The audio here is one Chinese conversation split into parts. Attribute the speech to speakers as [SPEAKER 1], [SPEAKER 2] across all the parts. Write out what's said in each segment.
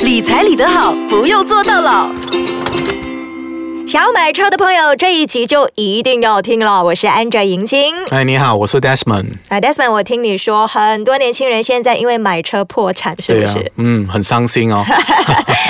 [SPEAKER 1] 理财理得好，不用做到老。
[SPEAKER 2] 想要买车的朋友，这一集就一定要听了。我是 Angel 银晶。
[SPEAKER 3] 哎，你好，我是 Desmond。
[SPEAKER 2] 啊，Desmond，我听你说，很多年轻人现在因为买车破产，是不
[SPEAKER 3] 啊
[SPEAKER 2] 是？，
[SPEAKER 3] 嗯，很伤心 哦。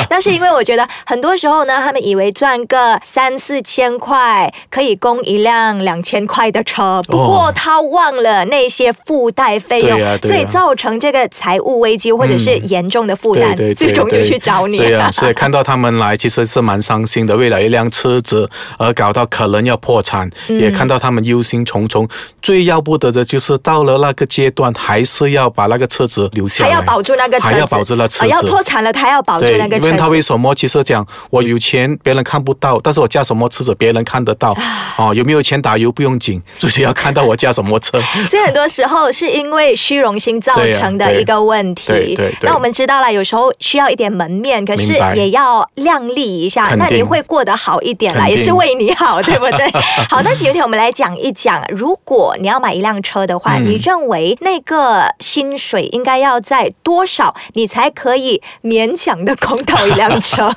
[SPEAKER 2] 但是因为我觉得很多时候呢，他们以为赚个三四千块可以供一辆两千块的车，不过他忘了那些附带费用，
[SPEAKER 3] 哦对啊对啊嗯
[SPEAKER 2] 所以造成这个财务危机或者是严重的负担，
[SPEAKER 3] 对对对，
[SPEAKER 2] 最终就
[SPEAKER 3] 对
[SPEAKER 2] 去找你
[SPEAKER 3] 对
[SPEAKER 2] 了。
[SPEAKER 3] 啊，所以看到他们来，其实是蛮伤心的。为了一辆车子而搞到可能要破产，
[SPEAKER 2] 嗯
[SPEAKER 3] 也看到他们忧心忡忡。最要不得的就是到了那个阶段，还是要把那个车子留下
[SPEAKER 2] 还
[SPEAKER 3] 来，
[SPEAKER 2] 要保住那个车子，
[SPEAKER 3] 还要保住那车
[SPEAKER 2] 啊
[SPEAKER 3] 子。
[SPEAKER 2] 要破产了，他要保住
[SPEAKER 3] 对
[SPEAKER 2] 那个，车
[SPEAKER 3] 问他
[SPEAKER 2] 子。
[SPEAKER 3] 为什么？其实讲我有钱，别人看不到；但是我驾什么车子，别人看得 到。哦，有没有钱打油不用紧，最主要看到我驾什么车。
[SPEAKER 2] 所以很多时候是因为虚荣心造成的一个问题。
[SPEAKER 3] 对啊对对对
[SPEAKER 2] 那我们知道了，有时候需要一点门面，可是
[SPEAKER 3] 明白
[SPEAKER 2] 也要靓丽一下，
[SPEAKER 3] 肯
[SPEAKER 2] 那
[SPEAKER 3] 定
[SPEAKER 2] 你会过得好一点啦，
[SPEAKER 3] 肯
[SPEAKER 2] 也
[SPEAKER 3] 定
[SPEAKER 2] 是为你好，对不 对？好，那今天我们来讲一讲，如果你要买一辆车的
[SPEAKER 3] 嗯
[SPEAKER 2] 话，你认为那个薪水应该要在多少，你才可以勉强的供到一辆 车？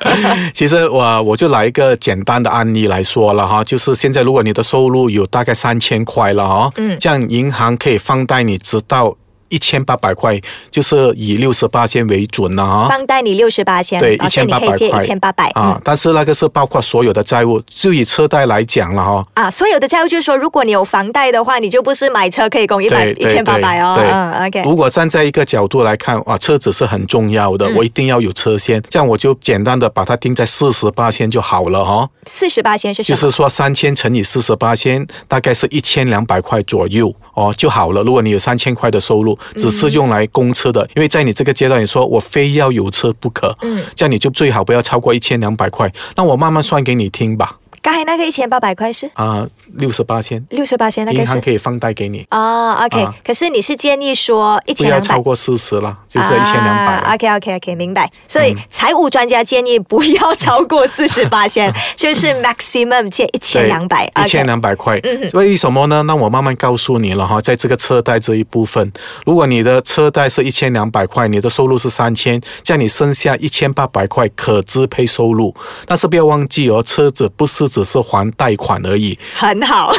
[SPEAKER 3] 其实呃我我就拿一个简单的案例来说了哈，就是现在如果你的收入有大概三千块了哈，嗯，这样银行可以放贷你直到一千八百块，就是以六十八千为准了哈。
[SPEAKER 2] 放贷你嗯六十八千，
[SPEAKER 3] 对，
[SPEAKER 2] 保
[SPEAKER 3] 一
[SPEAKER 2] 证
[SPEAKER 3] 千
[SPEAKER 2] 你
[SPEAKER 3] 八
[SPEAKER 2] 可以
[SPEAKER 3] 百
[SPEAKER 2] 借一
[SPEAKER 3] 块
[SPEAKER 2] 千八百
[SPEAKER 3] 啊，但是那个是包括所有的债务，就以车贷来讲了哈。
[SPEAKER 2] 啊，所有的债务就是说，如果你有房贷的话，你就不是买车可以供一百
[SPEAKER 3] 对
[SPEAKER 2] 一
[SPEAKER 3] 对
[SPEAKER 2] 千八百哦。
[SPEAKER 3] 对
[SPEAKER 2] 嗯，OK。
[SPEAKER 3] 如果站在一个角度来看，哇，车子是很重要的，我一定要有车先，这样我就简单的把它定在四十八千就好了哈、
[SPEAKER 2] 四十八千是什
[SPEAKER 3] 就
[SPEAKER 2] 么？
[SPEAKER 3] 是说三千乘以四十八千，大概是一千两百块左右哦就好了。如果你有三千块的收入，只是用来供车的，因为在你这个阶段，你说我非要有车不可，嗯，这样你就最好不要超过一千两百块。那我慢慢算给你听吧，
[SPEAKER 2] 刚才那个一千八百块是
[SPEAKER 3] 啊、六十八千，
[SPEAKER 2] 六十八千，那个
[SPEAKER 3] 银
[SPEAKER 2] 是
[SPEAKER 3] 行可以放贷给你，
[SPEAKER 2] 啊、o k
[SPEAKER 3] 啊
[SPEAKER 2] 可是你是建议说一
[SPEAKER 3] 不
[SPEAKER 2] 千
[SPEAKER 3] 要
[SPEAKER 2] 两百
[SPEAKER 3] 超。过四十了，就是一千两百。啊嗯
[SPEAKER 2] OK OK OK，明白。所以财务专家建议不要超过四十八 千，就是 maximum 借一千两百。啊嗯
[SPEAKER 3] 一千两百块。为什么呢？那我慢慢告诉你了哈，在这个车贷这一部分，如果你的车贷是一千两百块，你的收入是三千，这样你剩下一千八百块可支配收入。但是不要忘记哦，车子不是只是还贷款而已，
[SPEAKER 2] 很 好，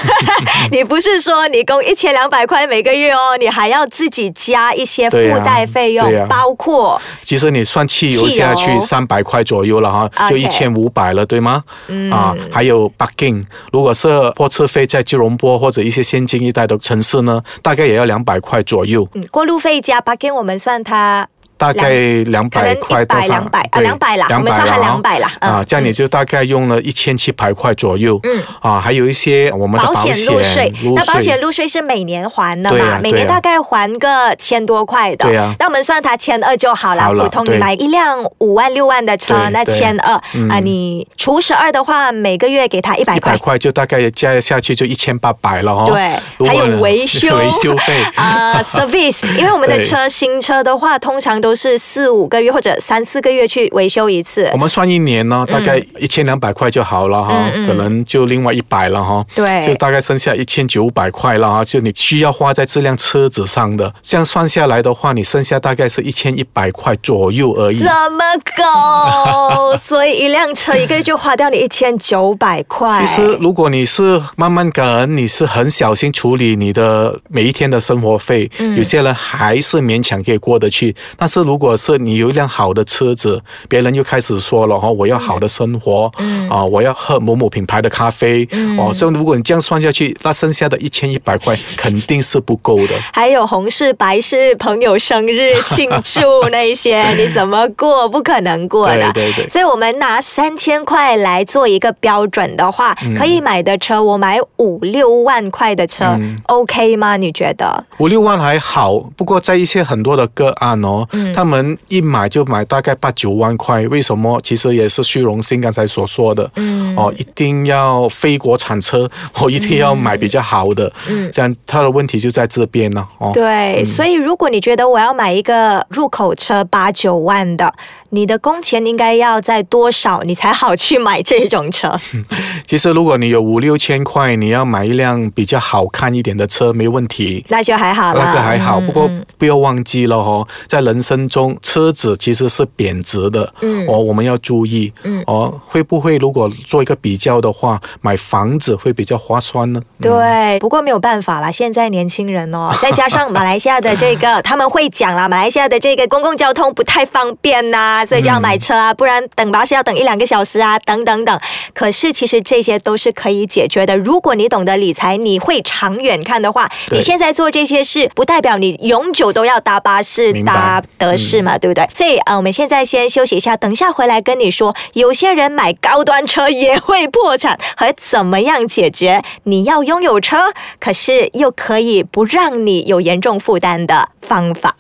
[SPEAKER 2] 你不是说你供一千两百块每个月哦，你还要自己加一些附
[SPEAKER 3] 对啊
[SPEAKER 2] 带费用，
[SPEAKER 3] 对啊
[SPEAKER 2] 包括
[SPEAKER 3] 其实你算汽油
[SPEAKER 2] 汽油
[SPEAKER 3] 下去三百块左右了哈，
[SPEAKER 2] OK
[SPEAKER 3] 就
[SPEAKER 2] 嗯
[SPEAKER 3] 一千五百了，对吗？啊，还有 parking，如果是泊车费在吉隆坡或者一些先进一带的城市呢，大概也要两百块左右，
[SPEAKER 2] 嗯，过路费加 parking，我们算它
[SPEAKER 3] 大概两
[SPEAKER 2] 可能
[SPEAKER 3] 百块到
[SPEAKER 2] 100
[SPEAKER 3] 上
[SPEAKER 2] 200啊
[SPEAKER 3] 对
[SPEAKER 2] 200啦我们算它
[SPEAKER 3] 啦
[SPEAKER 2] 200啦嗯
[SPEAKER 3] 啊，这样你就大概用了一千七百块左右。嗯，啊，还有一些我们的
[SPEAKER 2] 保
[SPEAKER 3] 保
[SPEAKER 2] 险
[SPEAKER 3] 险
[SPEAKER 2] 入税。
[SPEAKER 3] 入
[SPEAKER 2] 那保险入税是每年还的
[SPEAKER 3] 对
[SPEAKER 2] 嘛？
[SPEAKER 3] 啊
[SPEAKER 2] 每年
[SPEAKER 3] 对
[SPEAKER 2] 大
[SPEAKER 3] 啊
[SPEAKER 2] 概还个千多块的。
[SPEAKER 3] 对啊
[SPEAKER 2] 那我们算它千二就好了。
[SPEAKER 3] 好了
[SPEAKER 2] 普通你
[SPEAKER 3] 对
[SPEAKER 2] 买一辆五万六万的车，
[SPEAKER 3] 对
[SPEAKER 2] 那
[SPEAKER 3] 对
[SPEAKER 2] 千二啊，你除十二的话，每个月给他一百
[SPEAKER 3] 一
[SPEAKER 2] 块
[SPEAKER 3] 百。块就大概加下去就一千八百了哦。
[SPEAKER 2] 对
[SPEAKER 3] 如果
[SPEAKER 2] 还有
[SPEAKER 3] 呢
[SPEAKER 2] 维修
[SPEAKER 3] 维修费。
[SPEAKER 2] 啊、s e r v i c e 因为我们的
[SPEAKER 3] 对
[SPEAKER 2] 车新车的话，通常都是四五个月或者三四个月去维修一次
[SPEAKER 3] 我。们算一年呢，大
[SPEAKER 2] 嗯
[SPEAKER 3] 概一千两百块就好了哈，可能就另外一百了哈，
[SPEAKER 2] 对
[SPEAKER 3] 就大概剩下一千九百块了哈，就你需要花在这辆车子上的，这样算下来的话，你剩下大概是一千一百块左右而已。
[SPEAKER 2] 这么高，所以一辆车一个月就花掉你一千九百块。
[SPEAKER 3] 其实，如果你是慢慢感恩，你是很小心处理你的每一天的生活费，
[SPEAKER 2] 嗯
[SPEAKER 3] 有些人还是勉强可以过得去。但是，如果是你有一辆好的车子，别人又开始说了哦，我要好的生活，
[SPEAKER 2] 嗯
[SPEAKER 3] 啊，我要喝某某品牌的咖啡，哦，所以如果你这样算下去，那剩下的一千一百块肯定是不够的。
[SPEAKER 2] 还有红事、白事、朋友生日庆祝那一些，你怎么过？不可能过的。
[SPEAKER 3] 对对对
[SPEAKER 2] 所以我们拿三千块来做一个标准的话，
[SPEAKER 3] 嗯
[SPEAKER 2] 可以买的车，我买五六万块的车、o
[SPEAKER 3] 嗯
[SPEAKER 2] k 吗？你觉得？
[SPEAKER 3] 五六万还好，不过在一些很多的个案哦，他们一买就买大概八九万块，为什么？其实也是虚荣心，刚才所说的，哦，一定要非国产车，我一定要买比较好的，这样他的问题就在这边呢、哦。
[SPEAKER 2] 对，所以如果你觉得我要买一个入口车八九万的，你的工钱应该要在多少，你才好去买这种车？
[SPEAKER 3] 其实如果你有五六千块，你要买一辆比较好看一点的车，没问题。
[SPEAKER 2] 那就还好了，
[SPEAKER 3] 那个哦还好，
[SPEAKER 2] 嗯
[SPEAKER 3] 不过
[SPEAKER 2] 嗯
[SPEAKER 3] 不要忘记了哦，在人生中，车子其实是贬值的，
[SPEAKER 2] 嗯
[SPEAKER 3] 哦，我们要注意，
[SPEAKER 2] 嗯
[SPEAKER 3] 哦，会不会如果做一个比较的话，买房子会比较划算呢？嗯
[SPEAKER 2] 对，不过没有办法啦，现在年轻人 哦，再加上马来西亚的这个，他们会讲啦，马来西亚的这个公共交通不太方便呐、所以就要买车
[SPEAKER 3] 嗯
[SPEAKER 2] 啊，不然等巴士要等一两个小时啊，等等等。可是其实这些都是可以解决的，如果你懂得理财，你会长远看的话，
[SPEAKER 3] 对
[SPEAKER 2] 你现在做这些事，不代表你永久都要搭巴士
[SPEAKER 3] 明、白
[SPEAKER 2] 搭德士
[SPEAKER 3] 嗯
[SPEAKER 2] 嘛，对不对？所以呃，我们现在先休息一下，等一下回来跟你说，有些人买高端车也会破产，和怎么样解决你要拥有车，可是又可以不让你有严重负担的方法。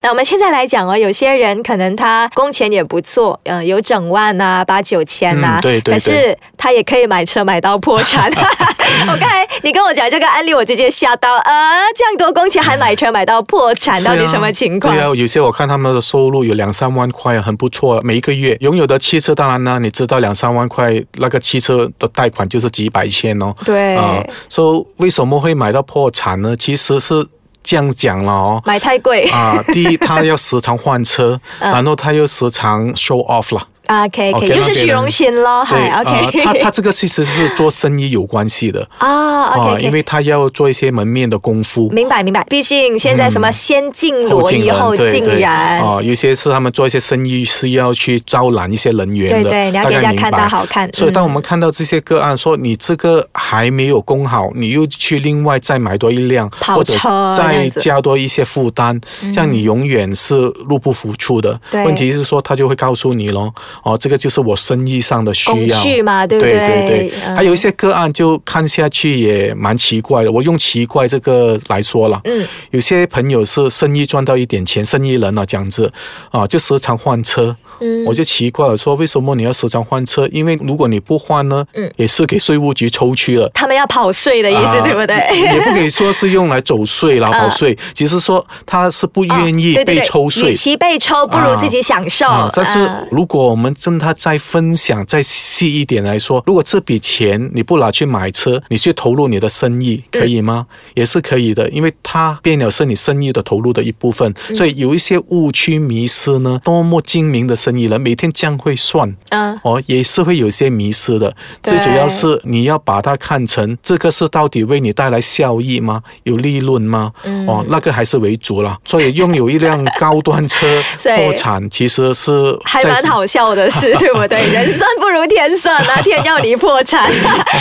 [SPEAKER 2] 那我们现在来讲哦，有些人可能他工钱也不错，呃，有整万啊、八九千呐、
[SPEAKER 3] 嗯对对
[SPEAKER 2] 可是他也可以买车买到破 产。我刚才你跟我讲这个案例，我直接吓到，呃，这样多工钱还买车买到破产，
[SPEAKER 3] 是啊
[SPEAKER 2] 到底什么情况？
[SPEAKER 3] 对啊，有些我看他们的收入有两三万块，很不错，每一个月拥有的汽车，当然呢，你知道两三万块那个汽车的贷款就是几百千哦，
[SPEAKER 2] 对
[SPEAKER 3] 啊，所以为什么会买到破产呢？其实是这样讲了哦。
[SPEAKER 2] 买太贵。
[SPEAKER 3] 啊，第一，他要时常换 车，
[SPEAKER 2] 嗯
[SPEAKER 3] 然后他又时常 show off 了。
[SPEAKER 2] OK OK，
[SPEAKER 3] OK，
[SPEAKER 2] 又是虚荣心咯，
[SPEAKER 3] 对，
[SPEAKER 2] 哦
[SPEAKER 3] 啊
[SPEAKER 2] 嗨，OK，
[SPEAKER 3] 他他这个其实是做生意有关 系的
[SPEAKER 2] 啊
[SPEAKER 3] 啊，
[SPEAKER 2] ，OK
[SPEAKER 3] 因
[SPEAKER 2] OK。
[SPEAKER 3] 为他要做一些门面的功夫。
[SPEAKER 2] 明白明白，毕竟现在什
[SPEAKER 3] 嗯
[SPEAKER 2] 么先敬罗衣后
[SPEAKER 3] 对
[SPEAKER 2] 敬
[SPEAKER 3] 对，
[SPEAKER 2] 人，
[SPEAKER 3] 哦，有些是他们做一些生意是要去招揽一些人员的，
[SPEAKER 2] 对对你要给人家
[SPEAKER 3] 大概明白
[SPEAKER 2] 看到好看
[SPEAKER 3] 所以
[SPEAKER 2] 嗯
[SPEAKER 3] 当我们看到这些个案，说你这个还没有供好，你又去另外再买多一辆，
[SPEAKER 2] 跑
[SPEAKER 3] 或者
[SPEAKER 2] 车这
[SPEAKER 3] 再
[SPEAKER 2] 样子嗯
[SPEAKER 3] 加多一些负担，这样你永远是入不敷出的。
[SPEAKER 2] 对
[SPEAKER 3] 问题是说他就会告诉你咯，哦，这个就是我生意上的需
[SPEAKER 2] 工
[SPEAKER 3] 要。
[SPEAKER 2] 具嘛，对不
[SPEAKER 3] 对
[SPEAKER 2] 对
[SPEAKER 3] 对
[SPEAKER 2] 嗯
[SPEAKER 3] 还有一些个案就看下去也蛮奇怪的。我用奇怪这个来说了，
[SPEAKER 2] 嗯，
[SPEAKER 3] 有些朋友是生意赚到一点钱，生意人啊这样子，啊，就时常换车。
[SPEAKER 2] 嗯
[SPEAKER 3] 我就奇怪了，说为什么你要时常换车？因为如果你不换呢，
[SPEAKER 2] 嗯
[SPEAKER 3] 也是给税务局抽去了。
[SPEAKER 2] 他们要跑税的意思，
[SPEAKER 3] 啊
[SPEAKER 2] 对不对？
[SPEAKER 3] 也也不可以说是用来走 税、啦，跑税，只是说他是不愿意
[SPEAKER 2] 哦对对
[SPEAKER 3] 被
[SPEAKER 2] 对
[SPEAKER 3] 抽税。
[SPEAKER 2] 与其被抽，不如自己享受。
[SPEAKER 3] 啊，但是
[SPEAKER 2] 啊
[SPEAKER 3] 如果我们跟他再分享再细一点来说，如果这笔钱你不拿去买车，你去投入你的生意，可以吗？也是可以的，因为它变了是你生意的投入的一部分。所以有一些误区迷失呢，多么精明的生意人，每天这样会算。
[SPEAKER 2] 嗯，
[SPEAKER 3] 哦，也是会有些迷失的。
[SPEAKER 2] 对
[SPEAKER 3] 最主要是你要把它看成这个是到底为你带来效益吗？有利润吗？
[SPEAKER 2] 嗯
[SPEAKER 3] 哦，那个还是为主了。所以拥有一辆高端车
[SPEAKER 2] 所以
[SPEAKER 3] 破产，其实是
[SPEAKER 2] 还
[SPEAKER 3] 在
[SPEAKER 2] 蛮。好笑的事，对不对？人算不如天算 啊，天要你破产。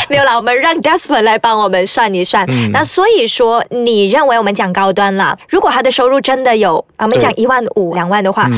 [SPEAKER 2] 没有啦，我们让 Jasper 来帮我们算一算。
[SPEAKER 3] 嗯
[SPEAKER 2] 那所以说，你认为我们讲高端啦，如果他的收入真的有，啊我们
[SPEAKER 3] 对嗯
[SPEAKER 2] 讲一万五、两万的话，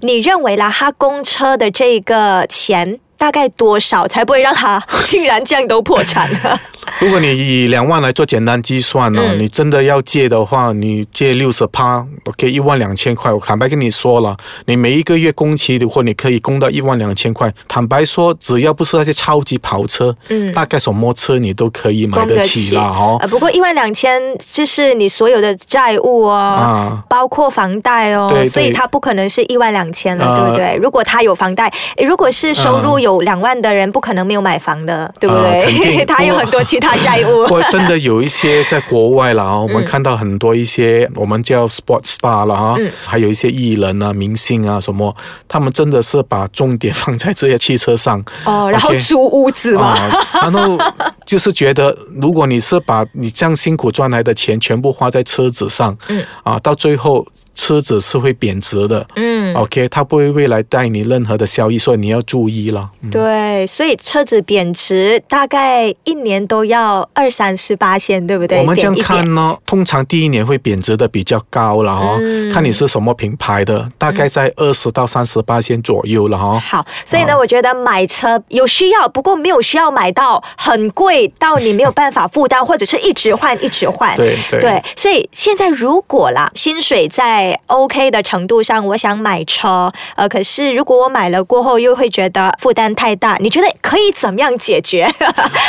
[SPEAKER 2] 你认为啦，他公车的这个钱？大概多少才不会让他 竟然这样都破产了？
[SPEAKER 3] 如果你以两万来做简单计算哦，
[SPEAKER 2] 嗯
[SPEAKER 3] 你真的要借的话，你借六十趴，OK，一万两千块。我坦白跟你说了，你每一个月供期，如果你可以供到一万两千块，坦白说，只要不是那些超级跑车，
[SPEAKER 2] 嗯
[SPEAKER 3] 大概什么车你都可以买得起啦，哦。
[SPEAKER 2] 呃，不过一万两千就是你所有的债务哦，
[SPEAKER 3] 啊
[SPEAKER 2] 包括房贷哦，
[SPEAKER 3] 对对
[SPEAKER 2] 所以它不可能是一万两千了，
[SPEAKER 3] 呃
[SPEAKER 2] 对不对？如果他有房贷，诶如果是收入有两万的人，不可能没有买房的，对不
[SPEAKER 3] 呃肯
[SPEAKER 2] 对？
[SPEAKER 3] 定
[SPEAKER 2] 他有很多其他债务
[SPEAKER 3] 不。过真的有一些在国 外了啊，
[SPEAKER 2] 嗯
[SPEAKER 3] 我们看到很多一些我们叫 sport star 了啊，
[SPEAKER 2] 嗯
[SPEAKER 3] 还有一些艺人啊、明星啊什么，他们真的是把重点放在这些汽车上。
[SPEAKER 2] 哦，然后
[SPEAKER 3] OK
[SPEAKER 2] 租屋子嘛，
[SPEAKER 3] 啊，然后就是觉得，如果你是把你这样辛苦赚来的钱全部花在车子上，
[SPEAKER 2] 嗯，
[SPEAKER 3] 啊，到最后车子是会贬值的。
[SPEAKER 2] 嗯，
[SPEAKER 3] OK，它不会未来带你任何的效益，所以你要注意了。
[SPEAKER 2] 对，所以车子贬值大概一年都要二三十八千，对不对？
[SPEAKER 3] 我们这样
[SPEAKER 2] 贬一贬
[SPEAKER 3] 看哦呢，通常第一年会贬值的比较高了哦，
[SPEAKER 2] 嗯
[SPEAKER 3] 看你是什么品牌的，大概在二十到三十八线左右了哦。
[SPEAKER 2] 好，所以呢，
[SPEAKER 3] 啊
[SPEAKER 2] 我觉得买车有需要，不过没有需要买到很贵到你没有办法负担，或者是一直换一直换。
[SPEAKER 3] 对对
[SPEAKER 2] 所以现在如果啦，薪水在 OK 的程度上，我想买车，呃，可是如果我买了过后又会觉得负担太大，你觉得可以怎么样解决？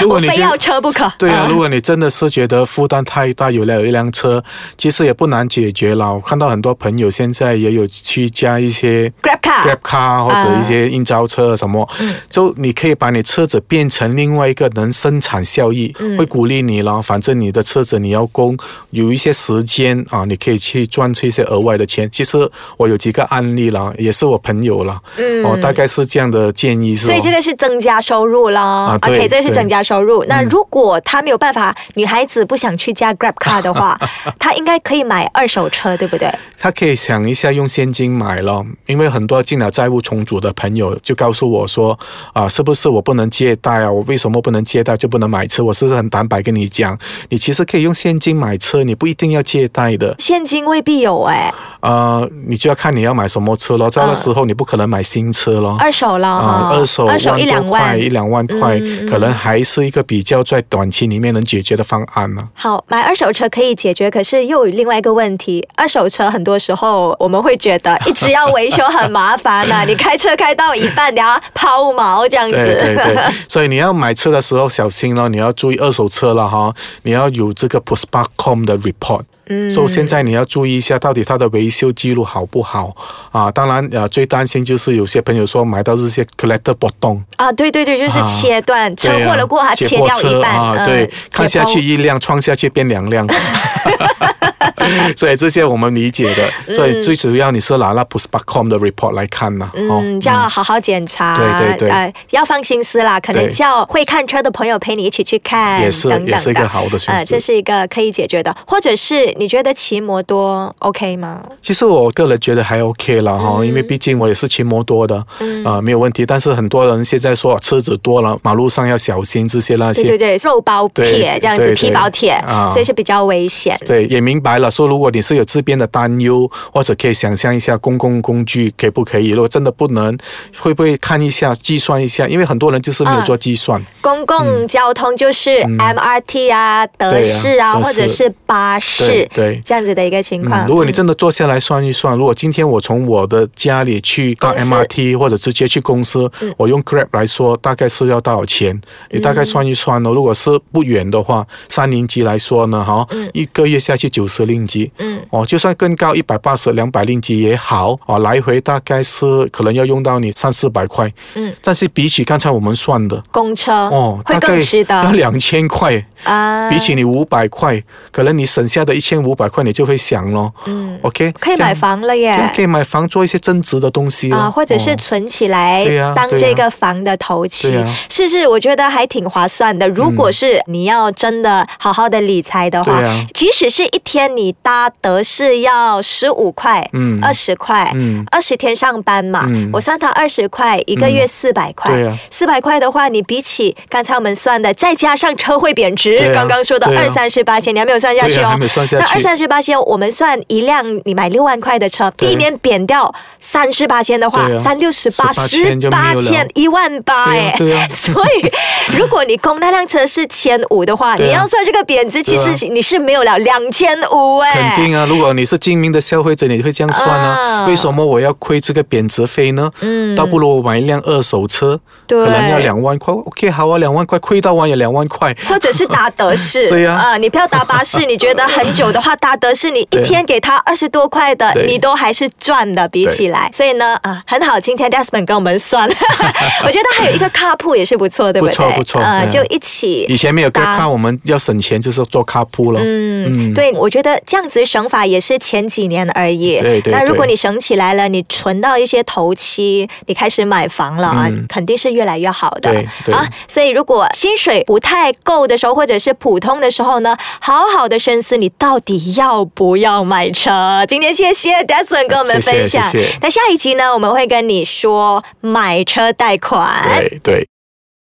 [SPEAKER 3] 如果
[SPEAKER 2] 我
[SPEAKER 3] 你
[SPEAKER 2] 非
[SPEAKER 3] 觉得
[SPEAKER 2] 要车不可。
[SPEAKER 3] 对啊，
[SPEAKER 2] 嗯
[SPEAKER 3] 如果你真的是觉得负担太大，有了有一辆车，其实也不难解决了。我看到很多朋友现在也有去加一些
[SPEAKER 2] Grab Grab car，啊嗯
[SPEAKER 3] Grab car 或者一些应招车什么，就你可以把你车子变成另外一个能生产效益，
[SPEAKER 2] 嗯
[SPEAKER 3] 会鼓励你咯。反正你的车子你要供，有一些时间啊，你可以去赚出一些额外的钱。其实我有几个案例啦，也是我朋友啦，哦，大概是这样的建议是吧？
[SPEAKER 2] 嗯所以这个是增加收入啦。
[SPEAKER 3] 啊对嗯
[SPEAKER 2] OK，这个是
[SPEAKER 3] 对
[SPEAKER 2] 增加收入。那如果他没有办法，女孩子不想去加 Grab car 的 话，她应该可以买二手车，对不对？
[SPEAKER 3] 他可以想一下用现金买咯，因为很多进了债务重组的朋友就告诉我说，啊，是不是我不能借贷啊？我为什么不能借贷就不能买车？我是不是很坦白跟你讲，你其实可以用现金买车，你不一定要借贷的。
[SPEAKER 2] 现金未必有哎、
[SPEAKER 3] 啊，你就要看你要买什么车
[SPEAKER 2] 哦
[SPEAKER 3] 咯，到那时候你不可能买新车咯。
[SPEAKER 2] 二手了
[SPEAKER 3] 啊
[SPEAKER 2] 哈，，
[SPEAKER 3] 二手
[SPEAKER 2] 二手一两
[SPEAKER 3] 多块，
[SPEAKER 2] 万。嗯
[SPEAKER 3] 一两万块，可能还是一个比较在短期里面能解决的方案呢、
[SPEAKER 2] 好，买二手车可以解决，可是又有另外一个问题，二手车很多时候我们会觉得一直要维修很麻烦呐、你开车开到一半你要抛锚这样子。
[SPEAKER 3] 对对对， 所以你要买车的时候小心咯，你要注意二手车了哈，你要有这个 p o s p a c o m 的 report。嗯，所以现在你要注意一下，到底它的维修记录好不好啊？当然，呃，最担心就是有些朋友说买到这些 collector 波动，
[SPEAKER 2] 啊，对对对，就是
[SPEAKER 3] 啊
[SPEAKER 2] 切断、车
[SPEAKER 3] 对啊
[SPEAKER 2] 祸了过后，它
[SPEAKER 3] 解
[SPEAKER 2] 切
[SPEAKER 3] 剖
[SPEAKER 2] 掉
[SPEAKER 3] 车
[SPEAKER 2] 一半，
[SPEAKER 3] 啊，
[SPEAKER 2] 嗯
[SPEAKER 3] 对，看下。去
[SPEAKER 2] 解剖
[SPEAKER 3] 一辆，撞下去变两 辆。所以这些我们理解
[SPEAKER 2] 嗯
[SPEAKER 3] 的，所以最主要你是拿那 p o s p a c o m 的 report 来看呐、哦
[SPEAKER 2] 嗯，就要好好检查，
[SPEAKER 3] 对对对
[SPEAKER 2] 呃，要放心思啦，可能
[SPEAKER 3] 对
[SPEAKER 2] 叫会看车的朋友陪你一起去看，
[SPEAKER 3] 也是
[SPEAKER 2] 等等的
[SPEAKER 3] 也是一个好的选择
[SPEAKER 2] 呃，这是一个可以解决的，或者是你觉得骑摩托 OK 吗？
[SPEAKER 3] 其实我个人觉得还 OK 了
[SPEAKER 2] 嗯
[SPEAKER 3] 哈，因为毕竟我也是骑摩托的，啊、没有问题。但是很多人现在说车子多了，马路上要小心这些那些。
[SPEAKER 2] 对对对，肉包铁
[SPEAKER 3] 对
[SPEAKER 2] 这样子，
[SPEAKER 3] 对对
[SPEAKER 2] 皮包铁，
[SPEAKER 3] 啊
[SPEAKER 2] 所以是比较危险。
[SPEAKER 3] 对也明白了。说如果你是有这边的担忧，或者可以想象一下公共工具可不可以？如果真的不能，会不会看一下、计算一下？因为很多人就是
[SPEAKER 2] 啊
[SPEAKER 3] 没有做计算。
[SPEAKER 2] 公共交通就是 MRT 啊、德士啊，
[SPEAKER 3] 嗯德士
[SPEAKER 2] 或者是巴士
[SPEAKER 3] 对，对
[SPEAKER 2] 这样子的一个情况。
[SPEAKER 3] 嗯，如果你真的坐下来算一算，如果今天我从我的家里去到
[SPEAKER 2] 公司嗯
[SPEAKER 3] MRT 或者直接去公司，我用 Grab 来说，大概是要多少钱？你大概算一算哦。如果是不远的话，三零级来说呢，哈、一个月下去九十令吉，
[SPEAKER 2] 嗯，
[SPEAKER 3] 哦，就算更高一百八十、两百令吉也好，哦，来回大概是可能要用到你三四百块，
[SPEAKER 2] 嗯，
[SPEAKER 3] 但是比起刚才我们算的，
[SPEAKER 2] 公车
[SPEAKER 3] 哦，
[SPEAKER 2] 会
[SPEAKER 3] 大概
[SPEAKER 2] 更值
[SPEAKER 3] 要
[SPEAKER 2] 得
[SPEAKER 3] 两千块。
[SPEAKER 2] 啊
[SPEAKER 3] 比起你五百块，可能你省下的一千五百块，你就会想咯。嗯，OK，
[SPEAKER 2] 可以
[SPEAKER 3] 这样
[SPEAKER 2] 买，房了耶
[SPEAKER 3] 这。样可以买房做一些增值的东西咯
[SPEAKER 2] 啊，或者是
[SPEAKER 3] 哦
[SPEAKER 2] 存起来
[SPEAKER 3] 对呀
[SPEAKER 2] 当
[SPEAKER 3] 对呀
[SPEAKER 2] 这个房的头期
[SPEAKER 3] 对呀，嗯
[SPEAKER 2] 是是，我觉得还挺划算的。如果是你要真的好好的理财的话
[SPEAKER 3] 对呀，
[SPEAKER 2] 即使是一天你搭德士要十五块，
[SPEAKER 3] 嗯
[SPEAKER 2] 二十块，
[SPEAKER 3] 嗯
[SPEAKER 2] 二十天上班嘛
[SPEAKER 3] 嗯，
[SPEAKER 2] 我算它二十块，一个月四百块
[SPEAKER 3] 对呀，
[SPEAKER 2] 四百块的话，你比起刚才我们算的，再加上车会贬值
[SPEAKER 3] 对呀，
[SPEAKER 2] 刚刚说的
[SPEAKER 3] 对呀
[SPEAKER 2] 二三十八千，你还没有算下去
[SPEAKER 3] 对呀
[SPEAKER 2] 哦
[SPEAKER 3] 还没有算，下
[SPEAKER 2] 那
[SPEAKER 3] 去
[SPEAKER 2] 二三十八千，我们算一辆你买六万块的车，
[SPEAKER 3] 对
[SPEAKER 2] 一年贬掉三十八千的话
[SPEAKER 3] 对，啊
[SPEAKER 2] 三六十八十
[SPEAKER 3] 18,000就没
[SPEAKER 2] 八
[SPEAKER 3] 有
[SPEAKER 2] 千
[SPEAKER 3] 了
[SPEAKER 2] 一万八
[SPEAKER 3] 对
[SPEAKER 2] 哎
[SPEAKER 3] 啊 对啊
[SPEAKER 2] 所以如果你供那辆车是千五的话，
[SPEAKER 3] 对啊
[SPEAKER 2] 你要算这个贬值，其
[SPEAKER 3] 对啊
[SPEAKER 2] 实你是没有了两千五哎，
[SPEAKER 3] 肯定啊，如果你是精明的消费者，你会这样算啊。
[SPEAKER 2] 啊
[SPEAKER 3] 为什么我要亏这个贬值费呢？嗯，倒不如我买一辆二手车，
[SPEAKER 2] 对
[SPEAKER 3] 可能要两万块。OK，好啊，两万块亏到完也两 万块。
[SPEAKER 2] 或者是搭德士，
[SPEAKER 3] 对呀
[SPEAKER 2] 啊，你不要搭巴士，你觉得很久的话，搭德士你一
[SPEAKER 3] 对
[SPEAKER 2] 天给他二十多块的，
[SPEAKER 3] 对
[SPEAKER 2] 你都还是赚的，比起来，所以呢，啊，很好，今天 Desmond 跟我们算， 我觉得还有一个靠谱也是不错，对不对？
[SPEAKER 3] 不错不错
[SPEAKER 2] 啊，
[SPEAKER 3] 对啊
[SPEAKER 2] 就一起
[SPEAKER 3] 以前没有跟
[SPEAKER 2] 搭
[SPEAKER 3] 看，我们要省钱就是做卡铺了。
[SPEAKER 2] 啊嗯，对，我觉得这样子省法也是前几年而已。
[SPEAKER 3] 对对
[SPEAKER 2] 那如果
[SPEAKER 3] 对
[SPEAKER 2] 你省起来了，你存到一些头期，你开始买房了啊，
[SPEAKER 3] 嗯
[SPEAKER 2] 肯定是越来越好的
[SPEAKER 3] 对对
[SPEAKER 2] 啊。所以如果薪水不太够的时候，或者是普通的时候呢，好好的深思你到底要不要买车。今天谢谢 Desmond 跟我们
[SPEAKER 3] 谢谢
[SPEAKER 2] 分享。
[SPEAKER 3] 谢谢
[SPEAKER 2] 那下一集呢，我们会跟你说买车贷款。
[SPEAKER 3] 对对。